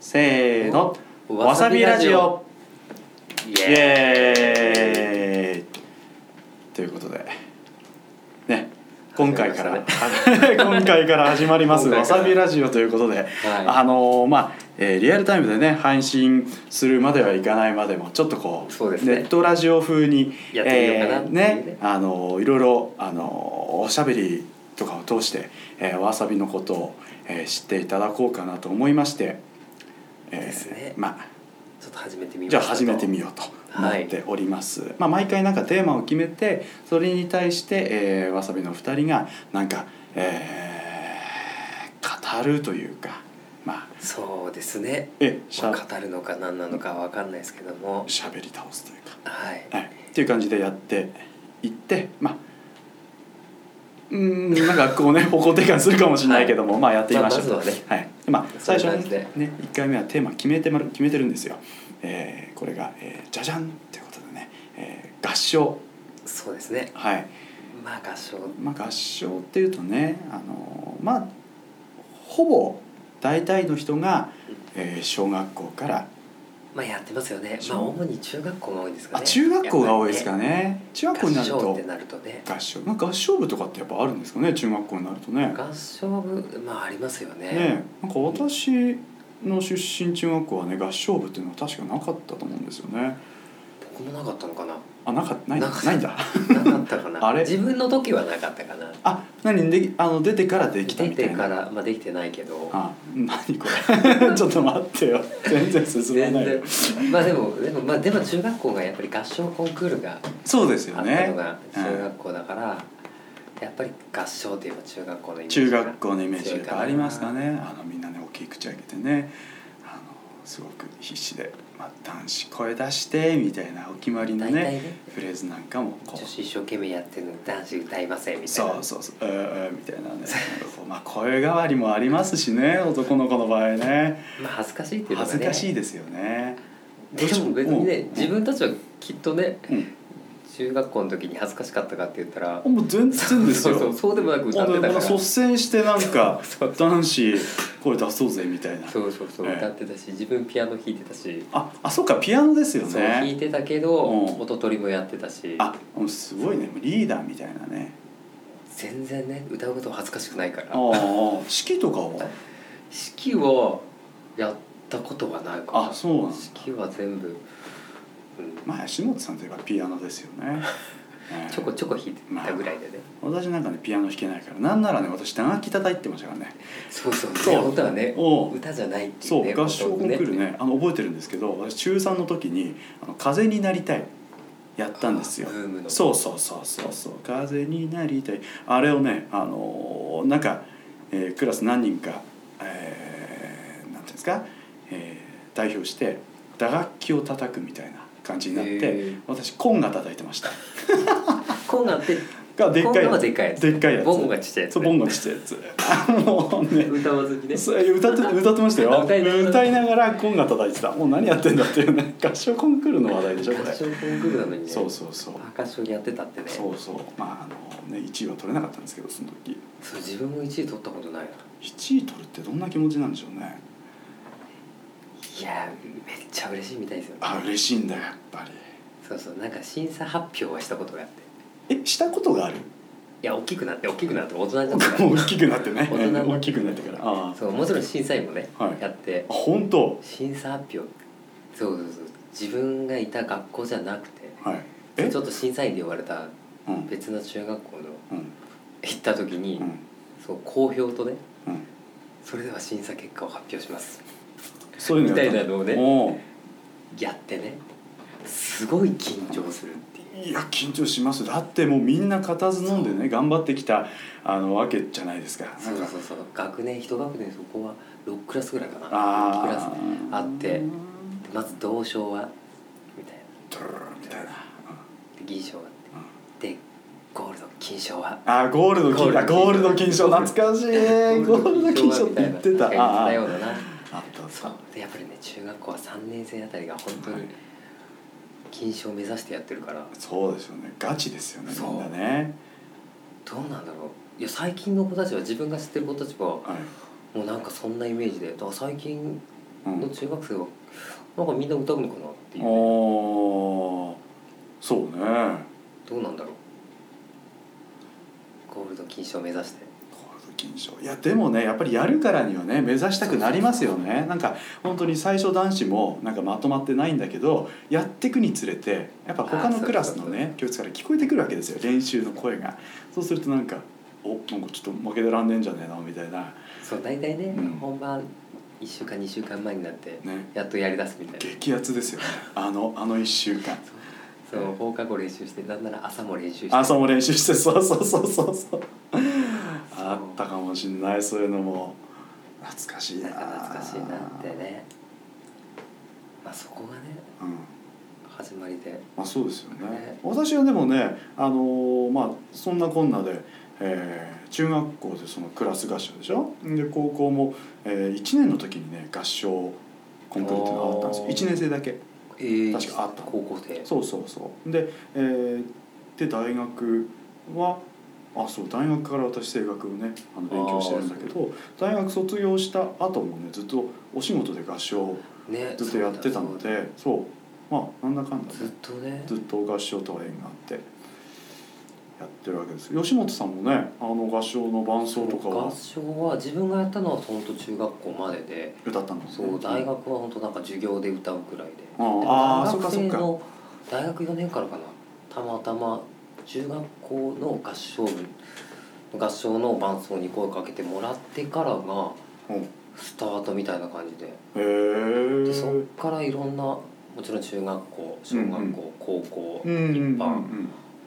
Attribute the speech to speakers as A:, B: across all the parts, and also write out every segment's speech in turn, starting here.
A: せーのわさびラジオ
B: イ
A: イ
B: エーイ
A: エーイということでね今回から、
B: 始ま り
A: 今回から始まります「
B: 今
A: わ
B: 回から
A: さびラジオ」ということで、あのーまあ、えーリアルタイムでね配信するまではいかないまでもちょっとこう
B: そうですね
A: ネットラジオ風に
B: やってみようかなっていうね
A: えーねあのーいろいろ、あのーおしゃべりとかを通して、えーわさびのことを、えー知っていただこうかなと思いまして、えー
B: ですね
A: まあ
B: ちょっと始めてみまし
A: じ
B: た
A: ゃあ始めてみ
B: よ
A: ようと思っております、まあ、毎回なんかテーマを決めてそれに対して、えーわさびの2人がなんか、えー語るというかまあ
B: うそうですね
A: えしゃ
B: まあ語るのか何なのかわかんないですけども
A: しゃべり倒すというか
B: はい
A: はい、っていう感じでやっていってまあうーんなんかこう ね方向転換するかもしれないけども、まあやってみましょう、
B: まあまずはね
A: はいでまあ、
B: そ
A: 最
B: ういう
A: 初
B: 感
A: に
B: じで
A: ね1回目はテーマ決めてまる決めてるんですよ、えーこれが、えー、じゃじゃんということでね、えー合唱
B: そうですね
A: はい、
B: まあ合唱
A: まあ、合唱っていうとねあのーまあほぼ大体の人が、えー小学校から
B: まあやってますよね
A: そう
B: まあ主に中学校が多いですか
A: あ
B: ね
A: 中学校が多いですか
B: ね
A: ね中学校にな
B: 合
A: る
B: 唱っ
A: と
B: てなるとね
A: 合唱まあ合唱部とかってやっぱあるんですかね中学校になるとねね
B: 合唱部まあありますよね
A: えなんか私の出身中学校はね合唱部っていうのは確かなかったと思うんですよね
B: 僕もなかったのかな
A: あなんかない
B: なかった
A: ないんだ
B: なかったか な
A: あれ
B: 自分の時はなかったかな
A: あ何であの出てからできたみたい
B: 出て
A: な
B: からまあできてないけど
A: あ何これ ちょっと待ってよ全然進ま
B: 全
A: ない
B: 然まあでもでもまあでも中学校がやっぱり合唱コンクールが
A: そうです
B: あ
A: よ
B: った
A: ね
B: のが中学校だから、やっぱり合唱といえば中学校のイメージ
A: 中
B: が
A: 学校のイメージがありますかねあのみんなね大きい口開けてねあのすごく必死で、まあ、男子声出してみたいなお決まりの
B: 大体
A: ね
B: ね
A: フレーズなんかもこ
B: 女
A: う
B: 子一生懸命やってるのに男子歌いませんみたいな
A: そうそうそう「うんうん」みたいなねなんかこうまあ声変わりもありますしね男の子の場合ね
B: まあ恥ずかしいっていうのが
A: 恥
B: ね
A: ずかしいですよね。
B: でも別に
A: う
B: ね
A: ん
B: 自分たちはきっとね
A: うん
B: 中学校の時に恥ずかしかったかって言ったら
A: あもう全然ですよ。
B: そうそうそうでもなく歌ってた
A: あ
B: か
A: の
B: ら
A: 率先してなんか
B: そう
A: 男子声出そうぜみたいな。
B: そうそうそう
A: ええ
B: 歌ってたし自分ピアノ弾いてたし
A: ああそうかピアノですよね。
B: そう弾いてたけど
A: うん
B: 音取りもやってたし
A: あもうすごいねリーダーみたいなね
B: 全然ね歌うことは恥ずかしくないか
A: あ
B: ら
A: あ式とかは
B: 式をやったことはないか
A: あ
B: ら
A: そうなんだ
B: 式は全部、うん、
A: まあ吉本さんといえばピアノですよねね
B: ちょこちょこ弾いてたぐらいでね、
A: 私なんかねピアノ弾けないからなんならね私打楽器叩いてましたからね
B: そうそう
A: そう
B: 本当はね
A: おう
B: 歌じゃないってい
A: そうう
B: ね
A: 合唱コンクールねあの覚えてるんですけど私中3の時に「あの風になりたい」やったんですよ
B: ブームの
A: そうそうそうそうそう「風になりたい」あれをねあのーなんか、えークラス何人か、えーなんていうんですか、えー代表して打楽器を叩くみたいな感じになっ
B: へ
A: て
B: ー
A: 私コンが叩いてました
B: コンガって
A: がでっかい
B: コンガ
A: や
B: は
A: つ
B: でっかいやつ
A: でっかいやつ
B: ボンゴがちっちゃいやつ
A: そうボンゴちっちゃいやつあのね
B: 歌わずにね
A: そう歌って歌ってましたよ
B: 歌いながら
A: 歌いながらコンが叩いてたもう何やってんだっていうね合唱コンクールの話題でしょこ
B: 合
A: れ
B: 唱コンクールなのにね
A: そうそうそう
B: パーカッションやってたってね
A: そうそうまああのね1位は取れなかったんですけどその時
B: そう自分も1位取ったことないな
A: 1位取るってどんな気持ちなんでしょうね
B: いやーめっちゃ嬉しいみたいですよね
A: あ嬉しいんだやっぱ
B: そうそうなんか審査発表はしたことがあって
A: りえしたことがある
B: いや大きくなって大きくなって大人になってか
A: 僕 も大きくなってね
B: 大人になって
A: 大きくなってからああ
B: らそうもちろん審査員もね、
A: はい
B: やって
A: 本当
B: 審査発表そうそうそう自分がいた学校じゃなく
A: はい
B: て
A: え
B: ちょっと審査員で呼ばれた
A: うんうん
B: 別の中学校の
A: うん
B: 行った時に、そう公表とね
A: うん
B: それでは審査結果を発表します
A: そういうのやった
B: みたいなのをね
A: おう
B: やってねすごい緊張するっていう
A: いや緊張しますだってもうみんな固ず飲んでね頑張ってきたあのわけじゃないですかなんか
B: そうそうそう学年一学年そこは6クラスぐらいかな
A: あ
B: 6クラス
A: ー
B: あってでまず銅賞はみたいな
A: ドゥルルルみたいな
B: で銀賞はあってでゴールド金賞は
A: あーゴールド金あゴ
B: ゴ
A: ー
B: ー
A: ル
B: ル
A: ド
B: ド
A: 金
B: 金
A: 賞
B: 賞
A: 懐かしいゴールド金賞って言ってた
B: 確
A: あ
B: か
A: あ
B: に
A: ー
B: 言ってたような
A: あった
B: そうでやっぱりね中学校は3年生あたりが本当
A: はい
B: に金賞を目指してやってるから
A: そうですよねガチですよね
B: そう
A: みんなね
B: どうなんだろういや最近の子たちは自分が知ってる子たちは
A: はい
B: もうなんかそんなイメージでだから最近
A: うん
B: の中学生はなんかみんな歌うのかなっていう、ね、
A: おーそうね
B: どうなんだろうゴールド金賞目指して
A: ゴールド金賞いやでもねやっぱりやるからにはね目指したくなりますよねなんか本当に最初男子もなんかまとまってないんだけどやってくにつれてやっぱ他のクラスのね教室から聞こえてくるわけですよ練習の声がそうするとなんかおなんかちょっと負けてらんねえんじゃねえなみたいな
B: そう大体ね、
A: うん
B: 本番1週間2週間前になって
A: ね
B: やっとやりだすみたいな
A: 激アツですよねあのあの1週間
B: そう放課後練習してなんなら朝も練習して
A: 朝も練習してそうそうそうそうそうあったかもしんないそういうのも懐かしいな
B: なんか懐かしいなってねまあそこがね
A: うん
B: 始まりで
A: まあ、そうですよね
B: ね
A: 私はでもね、あのーまあ、そんなこんなで、えー中学校でそのクラス合唱でしょで高校も、え1年の時にね合唱コンクールっていうのがあったんですよ
B: あー
A: 1年生だけ
B: えー
A: 確かあった
B: 高校生
A: そうそうそうで,、えーで大学はあそう大学から私声楽をねあの勉強してるんだけど大学卒業した後もねずっとお仕事で合唱を
B: ね
A: ずっとやってたの
B: そうだ
A: でそうまあなんだかんだ、
B: そうだず
A: ね
B: っ、と
A: ず
B: ね
A: っと合唱とは縁があってやってるわけです吉本さんもねあの合唱の伴奏とか
B: 合
A: は
B: 唱は自分がやったのは本当中学校までで
A: 歌ったんです
B: そ
A: ね
B: う大学は本当なんか授業で歌うくらいで
A: あ
B: で
A: ーあー
B: 大学生
A: そ
B: の大学4年からかなたまたま中学校の合唱部合唱の伴奏に声かけてもらってからが
A: うんへ
B: スタートみたいな感じで
A: え
B: でそっからいろんなもちろん中学校小学校、
A: うんうん
B: 高校、
A: うんうんうんうん
B: も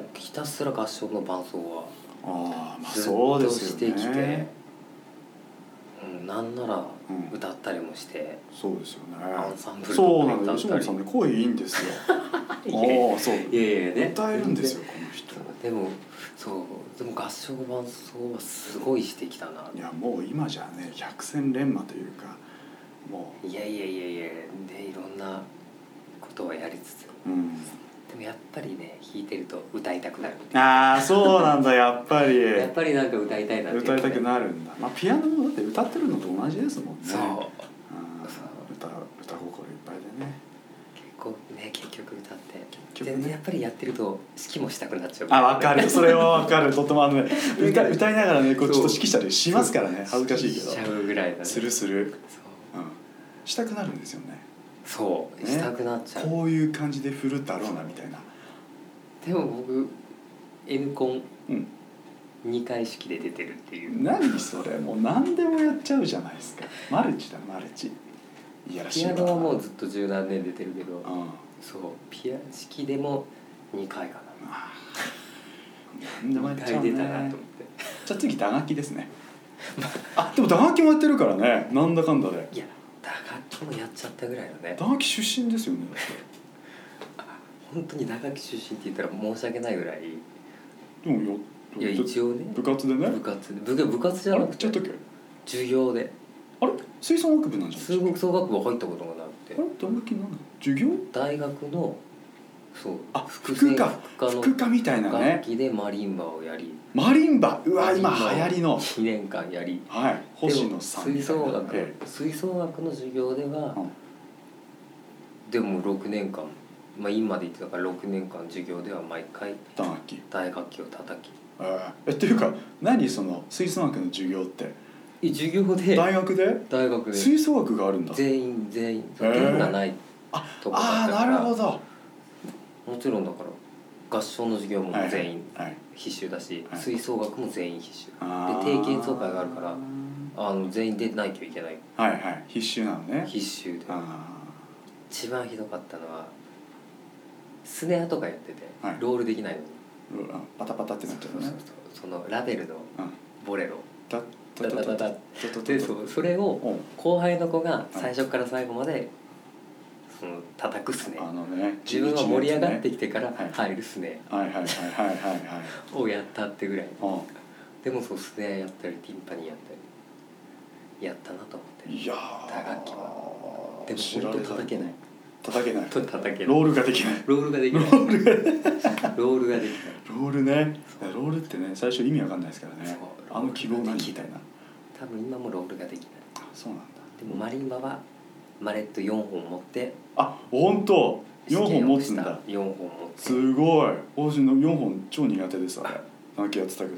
B: うひたすら合唱の伴奏は
A: ああまあ
B: ずっ
A: そう
B: と
A: です
B: して
A: よ
B: きて、
A: ね
B: うん、なんなら
A: うん
B: 歌ったりもして、
A: そうですよね
B: アンサンブル
A: そうな
B: と
A: んだ
B: か歌
A: よ
B: っ
A: 吉本
B: たり
A: さんね声いいんですよ
B: いやいや
A: ああそう
B: いやいやね
A: 歌えるんですよこの人
B: でもそうでも合唱伴奏はすごいしてきたない
A: やもう今じゃね百戦錬磨というかも
B: いやいやいやいやでいろんなことはやりつつ
A: ううん
B: でもやっぱりね弾いてると歌いたくなるみたい
A: ああそうなんだやっぱり
B: な やっぱりなんか歌いたいなっていうか
A: 歌
B: ね
A: いたくなるんだ、まあ、ピアノもだって歌ってるのと同じですもんね
B: そう
A: うん
B: そう
A: 歌歌心いっぱいでね
B: 結構ね結局歌って
A: 結局ね
B: でやっぱりやってると指揮もしたくなっちゃう
A: あわかるそれはわか るとてもあのね
B: わか
A: 歌
B: る
A: 歌いながらねこうちょっと
B: そう
A: 指揮者でしますからね恥ずかしいけど
B: しちゃうぐらいだね
A: するする、
B: そう
A: うん、したくなるんですよね
B: そう、
A: ね
B: したくなっちゃう
A: こういう感じで振るだろうなみたいな
B: でも僕 N コン
A: うん
B: 2回式で出てるっていう
A: 何それもう何でもやっちゃうじゃないですかマルチだマルチいやらしい
B: ピ
A: わ
B: アノはもうずっと十何年出てるけど
A: うん
B: そうピア式でも2回かな
A: あー何でもやっ
B: 2
A: ちゃ
B: 回
A: うね
B: 出たなと思って
A: じゃあ次打楽器ですねあでも打楽器もやってるからねなんだかんだで
B: いや打楽器もやっちゃったぐらいのね
A: 打楽器出身ですよね
B: 本当に打楽器出身って言ったら申し訳ないぐらいい
A: でもよ
B: や一応ね
A: 部活でね
B: 部活で部部活じ
A: あ
B: ゃ
A: れ
B: な
A: や
B: く
A: っちゃ
B: て
A: ったっけ
B: 授業で
A: あれ吹奏楽部なんじゃない
B: 数学総学部入ったことがなく
A: あ
B: て
A: れ打楽器なんだ授業
B: 大学のそう
A: あ
B: 副
A: 副科
B: 科の
A: 副科みたいな
B: 楽
A: ね
B: 器でマリンバをやり
A: マリンバうわ今
B: マリンバを
A: 流行りの
B: 2年間やり
A: はい星野さん
B: 吹奏楽
A: え
B: 吹奏楽の授業で
A: え
B: はでも6年間まあ今で言ってたから6年間授業では毎回
A: 打楽器
B: 大楽器を叩き
A: ええっていうか何その吹奏楽の授業って
B: え授業で
A: 大学で
B: 大学で
A: 吹奏楽があるんだ
B: 全員全員
A: へえ
B: 弦がない
A: あ
B: とこだ
A: あ
B: った
A: ー
B: か
A: な
B: ら
A: るほど
B: もちろんだから合唱の授業も全員
A: はいはい
B: 必修だし
A: はい
B: 吹奏楽も全員必修
A: あー
B: で定期演奏会があるからあの全員でないといけない
A: はいはい必修なのね
B: 必修で
A: あ
B: 一番ひどかったのはスネアとかやってて
A: はい
B: ロールできないのに
A: ーうんパタパタってなっちゃうね
B: そのラベルのボレロ
A: うん
B: ダダダダ
A: ダ
B: でそうそれを
A: うん
B: 後輩の子が最初から最後までその叩くっすね
A: あのね
B: 自分は盛り上がって
A: 11
B: きてから
A: はい
B: 入るっすね
A: のやつねはいはいはいはいはいはい
B: をやったってぐらい
A: うん
B: でもそうスネアやったりティンパニーやったりやったなと思って
A: いや
B: 打楽器
A: は
B: でも本当叩けない
A: 叩けない
B: 本当に叩けない
A: ロールができない
B: ロールができないロールができない
A: ロールねロールってね最初意味わかんないですからね
B: そう
A: あの希望何みたいな
B: 多分今もロールができない
A: あそうなんだ
B: でもマリンバはマレット4本持って
A: あ本当
B: 試
A: 4本
B: 験を
A: 持
B: し
A: つん
B: た
A: だ
B: 4本持って
A: すごい私の4本超苦手ですあれ何回やってたけど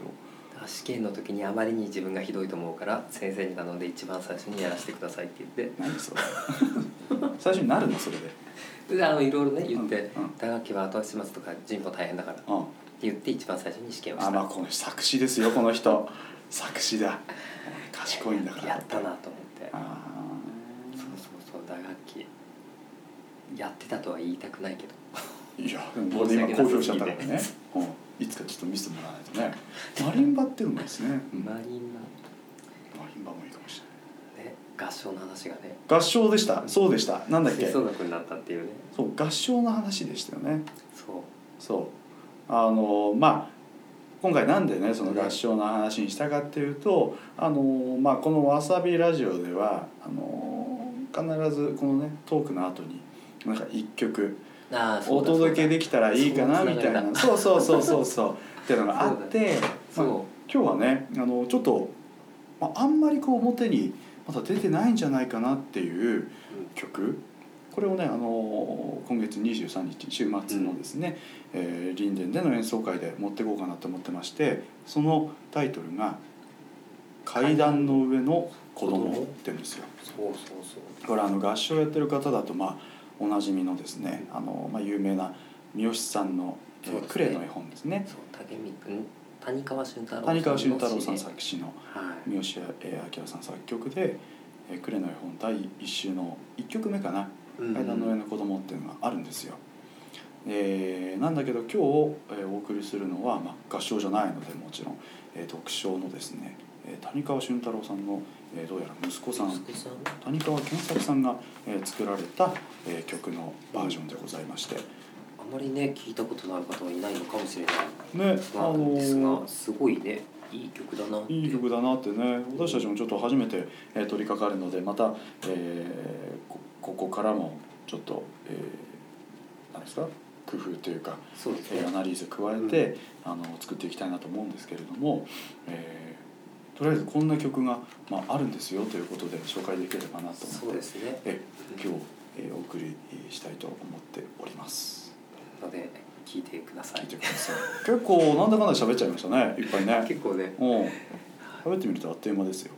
B: 試験の時にあまりに自分がひどいと思うから先生に頼んで一番最初にやらせてくださいって言っ
A: 何それ最初になるのそれで
B: てであのいろいろね言って
A: うんうん
B: 「打楽器は後始末とか人保大変だから」って
A: うん
B: 言って一番最初に試験をし
A: あまあ
B: た
A: この人作詞ですよこの人作詞だ賢いんだから
B: やったなと思って
A: あ
B: そうそうそう打楽器やってたとは言いたくないけど
A: ーいやでもこれで今公表しちゃったからね
B: 申し、
A: うん、いつかちょっと見せてもらわないとねマリンバってうまいですね、うんマ
B: マリンバ
A: リンバもいいかもしれない
B: ね合唱の話がね
A: 合唱でしたそうでしたなんだっ
B: 吹
A: け
B: 奏楽になったっていうね
A: そう合唱の話でしたよね
B: そう
A: そうあのまあ今回なんでねその合唱の話にしたかっていうとあの、まあ、この「わさびラジオ」ではあの必ずこのねトークの後になんか1曲
B: ああ
A: お届けできたらいいかな
B: そうだ
A: みたいな
B: そう
A: そうそうそうそうそうっていうのがあって、
B: そ
A: まあ
B: う
A: 今日はねあのちょっと、まあ、あんまりこう表にまだ出てないんじゃないかなっていう曲これをね、あの今月23日週末のですね、えーリンデンでの演奏会で持っていこうかなと思ってましてそのタイトルが「階段の上の子供って言うんですよ。
B: そうそうそう
A: これあの合唱やってる方だと、まあ、おなじみのですねあの、まあ、有名な三好さんの「え
B: そうです
A: ー
B: ね
A: クレの絵本」ですね
B: そう竹見くん谷川俊太郎
A: 谷川俊太郎さん
B: は
A: 作詞の
B: い
A: 三好えー明さん作曲で「えークレの絵本」第1週の1曲目かな
B: うん
A: 階段の上の子供っていうのがあるんですよ。えーなんだけど今日、えーお送りするのは、まあ、合唱じゃないのでもちろん、えー読書のですね、えー谷川俊太郎さんの、えーどうやら息子さん
B: 息子さん
A: 谷川健作さんが、えー作られた、えー曲のバージョンでございまして、ね
B: あまりね聞いたことのある方はいないのかもしれない
A: あ
B: な
A: の
B: んですが
A: ー
B: すごいねいい曲だなって
A: いい曲だなってね私たちもちょっと初めて、えー取り掛かるのでまた、えーこここからもちょっと、えーなんですか工夫というか
B: そうです
A: えーア
B: ね
A: ナリーズ加えて、あの作っていきたいなと思うんですけれども、えーとりあえずこんな曲が、まあ、あるんですよということで紹介できればなと思
B: そう
A: って
B: ですね
A: えー今日、えーお送りしたいと思っております。
B: ので聞いてくださ
A: 聞い
B: い
A: てください結構なんだかんだ喋っちゃいましたねいっぱいね。
B: 結構ね
A: うん喋ってみるとあっという間ですよ。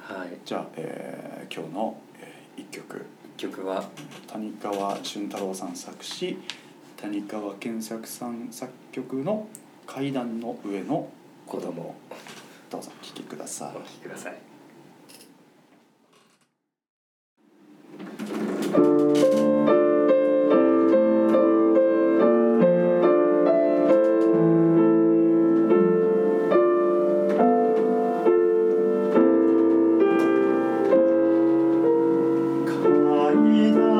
B: はい
A: じゃあ、えー今日の、えー、1曲
B: 一曲は
A: 谷川俊太郎さん作詞谷川健作さん作曲の「階段の上の子供どうぞお聴きくだ
B: お
A: さ
B: 聴 きください
A: い。階段